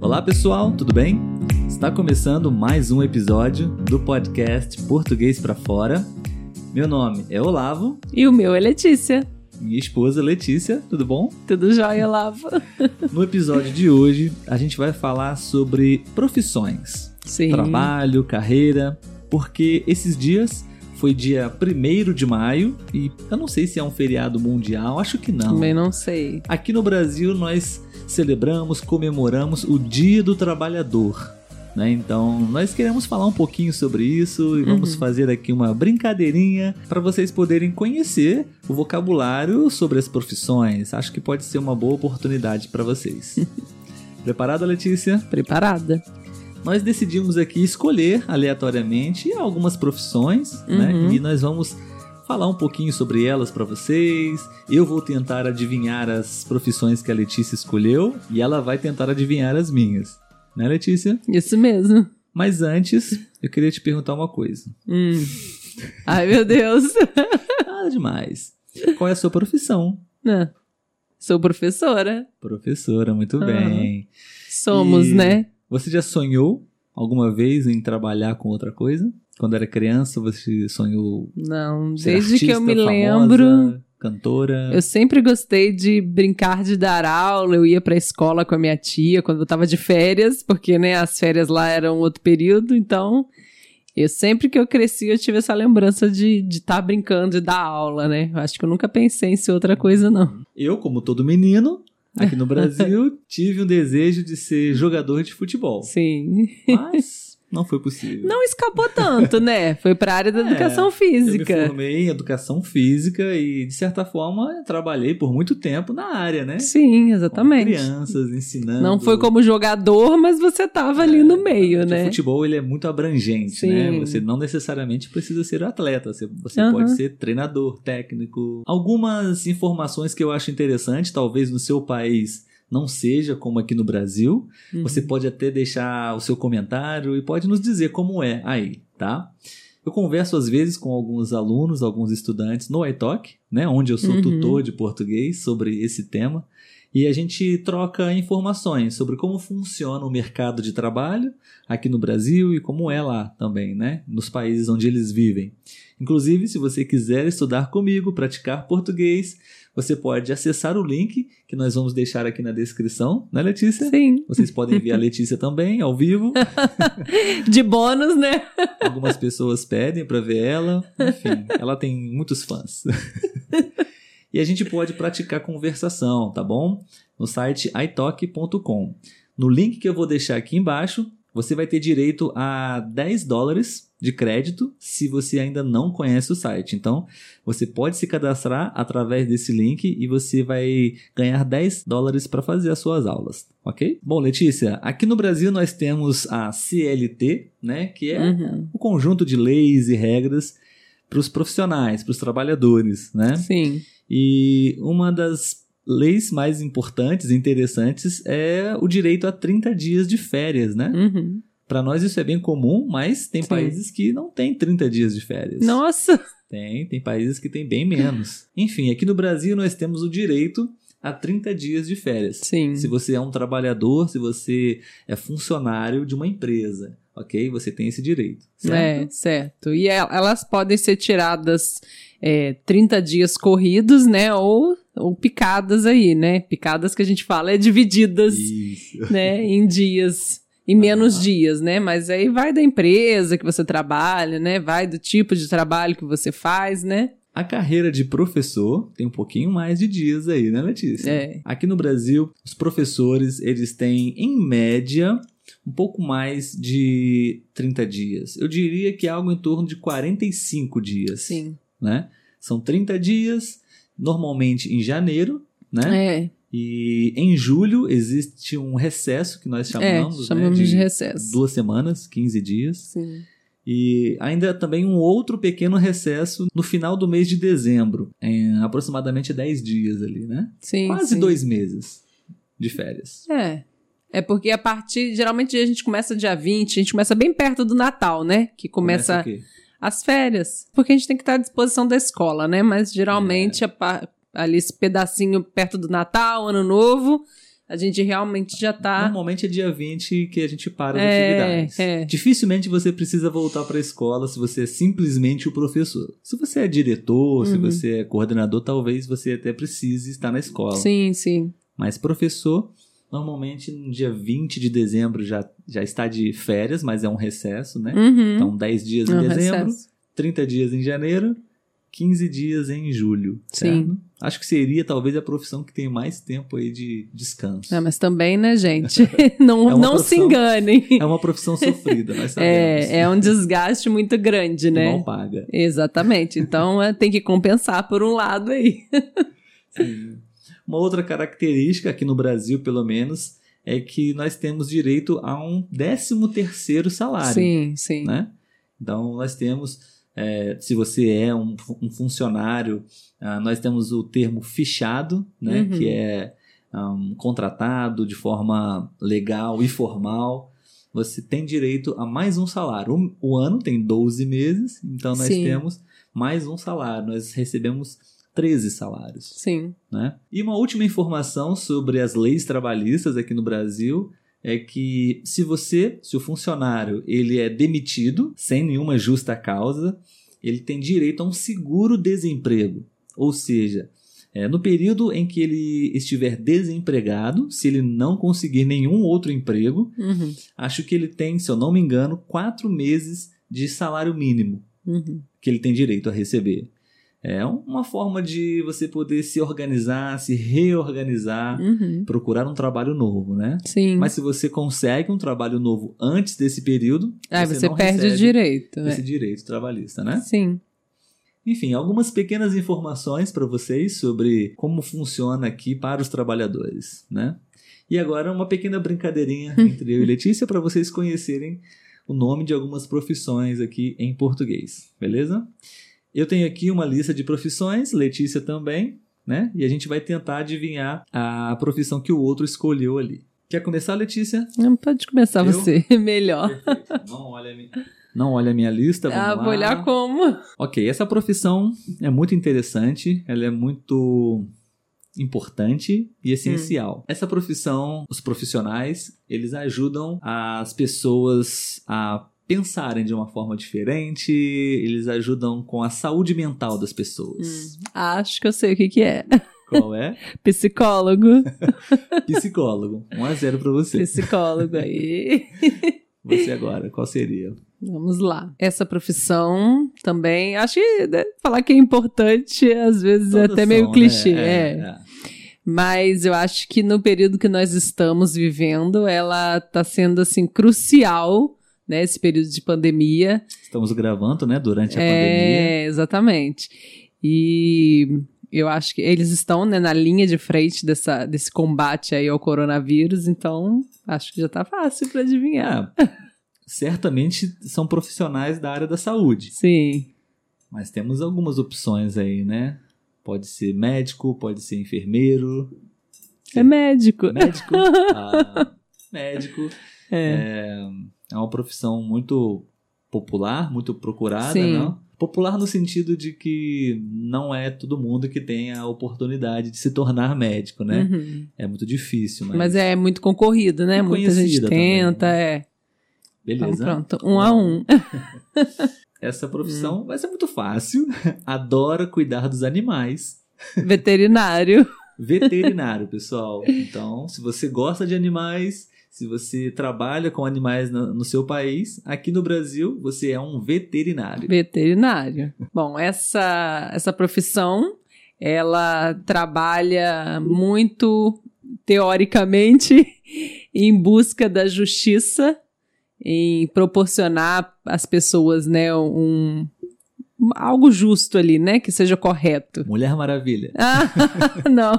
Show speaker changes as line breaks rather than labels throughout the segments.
Olá pessoal, tudo bem? Está começando mais um episódio do podcast Português para Fora. Meu nome é Olavo,
E o meu é Letícia.
minha esposa Letícia, tudo bom?
Tudo jóia, Olavo?
No episódio de hoje a gente vai falar sobre profissões.
Sim.
trabalho, carreira, porque esses dias foi dia 1 de maio e eu não sei se é um feriado mundial, acho que não.
Também não sei.
Aqui no Brasil nós celebramos, comemoramos o Dia do Trabalhador. Né? Então, nós queremos falar um pouquinho sobre isso e vamos
Uhum.
fazer aqui uma brincadeirinha para vocês poderem conhecer o vocabulário sobre as profissões. Acho que pode ser uma boa oportunidade para vocês. Preparada, Letícia?
Preparada?
nós decidimos aqui escolher aleatoriamente algumas profissões, né?
Uhum.
E nós vamos falar um pouquinho sobre elas para vocês. Eu vou tentar adivinhar as profissões que a Letícia escolheu e ela vai tentar adivinhar as minhas, né, Letícia?
Isso mesmo.
Mas antes, eu queria te perguntar uma coisa.
Hum. Ai, meu Deus.
Nada demais. Qual é a sua profissão?
Né? Sou professora.
Professora, muito
Aham.
bem.
Somos,
E-
né?
Você já sonhou alguma vez em trabalhar com outra coisa? Quando era criança, você sonhou
Não,
Ser
desde que eu
artista,
me
famosa,
lembro.
Cantora.
Eu sempre gostei de brincar de dar aula. Eu ia pra escola com a minha tia quando eu tava de férias, porque, né, as férias lá eram outro período, então. Eu sempre que eu cresci, eu tive essa lembrança de estar de tá brincando, de dar aula, né? Eu acho que eu nunca pensei em ser outra coisa, não.
Eu, como todo menino, aqui no Brasil, tive um desejo de ser jogador de futebol.
Sim.
Mas não foi possível.
Não escapou tanto, né? Foi pra área da
É,
educação
Eu me
física.
formei em educação física e, de certa forma, trabalhei por muito tempo na área, né?
Sim,
Com
exatamente.
crianças, ensinando.
Não foi como jogador, mas você tava
É,
ali no meio,
Porque O
né?
futebol ele é muito abrangente,
Sim.
né? Você não necessariamente precisa ser atleta, você, você
Aham.
pode ser treinador, técnico. Algumas informações que eu acho interessante, talvez no seu país não seja como aqui no Brasil.
Uhum.
Você pode até deixar o seu comentário e pode nos dizer como é aí, tá? Eu converso às vezes com alguns alunos, alguns estudantes no iTalk, né, onde eu sou
Uhum.
tutor de português sobre esse tema, e a gente troca informações sobre como funciona o mercado de trabalho aqui no Brasil e como é lá também, né, nos países onde eles vivem. Inclusive, se você quiser estudar comigo, praticar português, você pode acessar o link que nós vamos deixar aqui na descrição, né, Letícia?
Uhum. Sim.
Vocês podem ver a Letícia também, ao vivo.
De bônus, né?
Algumas pessoas pedem pra ver ela. Enfim, ela tem muitos fãs. e a gente pode praticar conversação, tá bom? No site italk.com. No link que eu vou deixar aqui embaixo, você vai ter direito a 10 dólares de crédito se você ainda não conhece o site. Então, você pode se cadastrar através desse link e você vai ganhar 10 dólares para fazer as suas aulas, ok? Bom, Letícia, aqui no Brasil nós temos a CLT, né? Que é
Uhum.
o conjunto de leis e regras para os profissionais, para os trabalhadores, né?
Sim.
E uma das leis mais importantes e interessantes é o direito a 30 dias de férias, né?
Uhum.
Para nós isso é bem comum, mas tem
Sim. é?
países que não tem 30 dias de férias.
Nossa!
Tem, tem países que tem bem menos. Enfim, aqui no Brasil nós temos o direito a 30 dias de férias.
Sim.
Se você é um trabalhador, se você é funcionário de uma empresa, ok? Você tem esse direito, certo?
É, certo. E el- elas podem ser tiradas é, 30 dias corridos, né? Ou, ou picadas aí, né? Picadas que a gente fala é divididas.
Isso.
né, em dias, em menos
Ah.
dias, né? Mas aí vai da empresa que você trabalha, né? Vai do tipo de trabalho que você faz, né?
A carreira de professor tem um pouquinho mais de dias aí, né, Letícia?
É.
Aqui no Brasil, os professores, eles têm, em média, um pouco mais de 30 dias. Eu diria que é algo em torno de 45 dias.
Sim.
Né? São 30 dias, normalmente em janeiro, né?
É,
E em julho existe um recesso que nós
é,
chamamos, né,
chamamos de, recesso.
duas semanas, 15 dias.
Sim.
E ainda também um outro pequeno recesso no final do mês de dezembro, em aproximadamente 10 dias ali, né?
Sim,
Quase
sim.
dois meses de férias.
É. É porque a partir, geralmente a gente começa dia 20, a gente começa bem perto do Natal, né? Que começa,
o quê?
as férias. Porque a gente tem que estar à disposição da escola,
É.
né? Mas geralmente a pa- ali esse pedacinho perto do Natal, Ano Novo, A gente realmente já tá.
Normalmente é dia 20 que a gente para as
É,
atividades.
é.
Dificilmente você precisa voltar para a escola se você é simplesmente o professor. Se você é diretor, se
Uhum.
você é coordenador, talvez você até precise estar na escola.
Sim, sim.
Mas professor, normalmente no dia 20 de dezembro já, já está de férias, mas é um recesso, né?
Uhum.
Então 10 dias em
É um
dezembro,
recesso.
30 dias em janeiro, 15 dias em julho.
Sim.
certo? Acho que seria talvez a profissão que tem mais tempo aí de descanso.
Ah, mas também, né, gente? Não,
É uma
não se
profissão-
enganem.
É uma profissão sofrida, nós sabemos.
É, é um desgaste muito grande,
Que
né?
Mal paga.
Exatamente. Então é, tem que compensar por um lado aí.
Uma outra característica, aqui no Brasil pelo menos, é que nós temos direito a um 13 terceiro salário.
Sim, sim.
né? Então nós temos, é, se você é um, fu- um funcionário, ah, nós temos o termo fichado, né?
Uhum.
Que é ah, um contratado de forma legal e formal. Você tem direito a mais um salário. O, o ano tem 12 meses, então nós
Sim.
temos mais um salário. Nós recebemos 13 salários
Sim.
né? E uma última informação sobre as leis trabalhistas aqui no Brasil é que se você, se o funcionário, ele é demitido sem nenhuma justa causa, ele tem direito a um seguro-desemprego. Ou seja, é, no período em que ele estiver desempregado, se ele não conseguir nenhum outro emprego,
Uhum,
acho que ele tem, se eu não me engano, quatro meses de salário mínimo
uhum.
que ele tem direito a receber. É uma forma de você poder se organizar, se reorganizar,
Uhum.
procurar um trabalho novo, né?
Sim.
Mas se você consegue um trabalho novo antes desse período,
Aí Ah, você,
não
perde o
recebe
direito. né?
esse direito trabalhista, né?
Sim.
Enfim, algumas pequenas informações para vocês sobre como funciona aqui para os trabalhadores, né? E agora uma pequena brincadeirinha entre eu e Letícia para vocês conhecerem o nome de algumas profissões aqui em português, beleza? Eu tenho aqui uma lista de profissões, Letícia também, né? E a gente vai tentar adivinhar a profissão que o outro escolheu ali. Quer começar, Letícia?
Não, Pode começar
Eu?
você. Melhor.
Perfeito. Não olha a minha, Não olha a minha lista, Então, vamos
ah,
lá.
vou olhar como.
Ok, essa profissão é muito interessante, ela é muito importante e essencial.
Hum.
Essa profissão, os profissionais, eles ajudam as pessoas a pensarem de uma forma diferente, eles ajudam com a saúde mental das pessoas.
Hum, acho que eu sei o que, que é.
Qual é?
Psicólogo.
Psicólogo. 1 a 0 para você.
Psicólogo aí.
Você agora, qual seria?
Vamos lá. Essa profissão também. Acho que né, falar que é importante às vezes é
Todas
até meio
são, né?
clichê.
É,
é.
é.
Mas eu acho que no período que nós estamos vivendo, ela está sendo assim crucial, né? Esse período de pandemia.
Estamos gravando, né, durante a pandemia.
é, exatamente. E eu acho que eles estão né, na linha de frente dessa, desse combate aí ao coronavírus, então acho que já tá fácil para adivinhar.
Ah, certamente são profissionais da área da saúde,
Sim.
mas temos algumas opções aí, né? Pode ser médico, pode ser enfermeiro,
É médico.
médico, ah, médico.
É.
É uma profissão muito popular, muito procurada,
Sim.
não? Popular no sentido de que não é todo mundo que tem a oportunidade de se tornar médico, né?
Uhum.
É muito difícil, mas,
Mas é muito concorrido, né?
É
Muita gente
conhecida também, né?
tenta, é. Então
beleza.
pronto, um a um.
Essa
Uhum.
profissão vai ser muito fácil. Adora cuidar dos animais.
Veterinário.
veterinário, pessoal. Então, se você gosta de animais, se você trabalha com animais na- no seu país, aqui no Brasil você é um veterinário.
Veterinário. Bom, essa, essa profissão, ela trabalha muito, teoricamente, em busca da justiça, em proporcionar às pessoas, né, um... Algo justo ali, né? Que seja correto.
Mulher Maravilha.
Ah, não.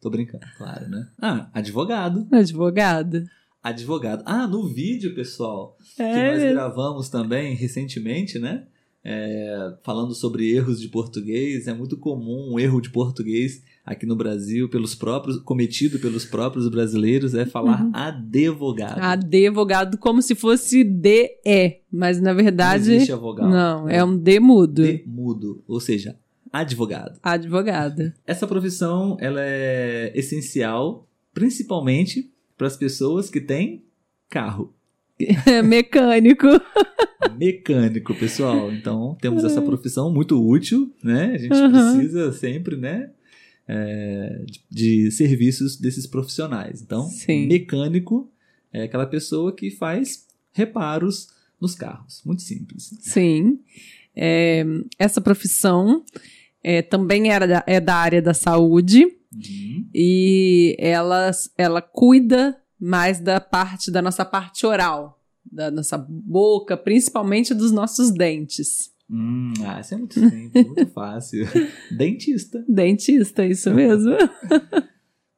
Tô brincando, claro, né? Ah, advogado.
Advogado.
Advogado. Ah, no vídeo, pessoal, que nós
É,
gravamos também recentemente, né? É, falando sobre erros de português, é muito comum um erro de português aqui no Brasil, pelos próprios, cometido pelos próprios brasileiros, é falar
Uhum. Ah,
advogado.
advogado como se fosse DE, mas na
Não
verdade
existe avogal.
não, é um D mudo.
de mudo, ou seja, advogado.
Advogado.
Essa profissão ela é essencial Principalmente para as pessoas que têm carro.
É mecânico.
Mecânico, pessoal. Então, temos essa profissão muito útil, né? A gente
Uhum.
precisa sempre, né? é, de, de serviços desses profissionais. Então,
Sim.
mecânico é aquela pessoa que faz reparos nos carros. Muito simples.
Sim. É, essa profissão é, também era da- é da área da saúde.
Uhum.
e ela, ela cuida mais da parte da nossa parte oral, da nossa boca, principalmente dos nossos dentes.
Hum, ah, isso é muito simples, muito fácil. Dentista.
Dentista, isso mesmo.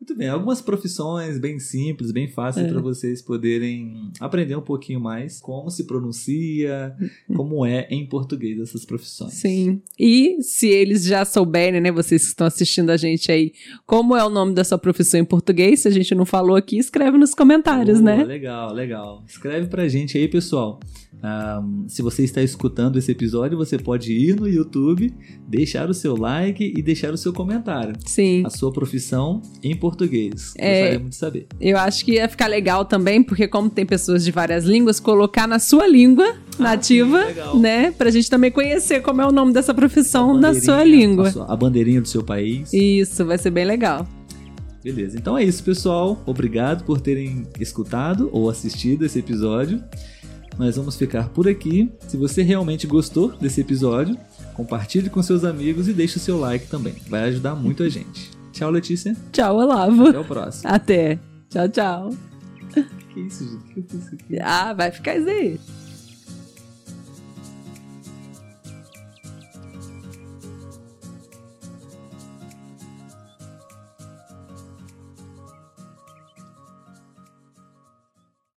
Muito bem, algumas profissões bem simples, bem fáceis
É.
para vocês poderem aprender um pouquinho mais como se pronuncia, como é em português essas profissões.
Sim. E se eles já souberem, né, vocês que estão assistindo a gente aí, como é o nome da sua profissão em português, se a gente não falou aqui, escreve nos comentários,
Boa,
né?
Legal, legal. Escreve pra gente aí, pessoal. Ahn, se você está escutando esse episódio, você pode ir no YouTube, deixar o seu like e deixar o seu comentário.
Sim.
A sua profissão em português.
É.
Gostaríamos de saber.
Eu acho que ia ficar legal também, porque como tem pessoas de várias línguas, colocar na sua língua nativa,
sim, Ah, legal.
né? Pra gente também conhecer como é o nome dessa profissão na
bandeirinha,
sua
A,
língua.
sua- a bandeirinha do seu país.
Isso, vai ser bem legal.
Beleza, então é isso, pessoal. Obrigado por terem escutado ou assistido esse episódio. Nós vamos ficar por aqui. Se você realmente gostou desse episódio, compartilhe com seus amigos e deixe o seu like também. Vai ajudar muito a gente. Tchau, Letícia.
Tchau, Olavo.
Até o próximo.
Até. Tchau, tchau.
Que isso, gente? O que eu fiz aqui?
Ah, vai ficar isso aí.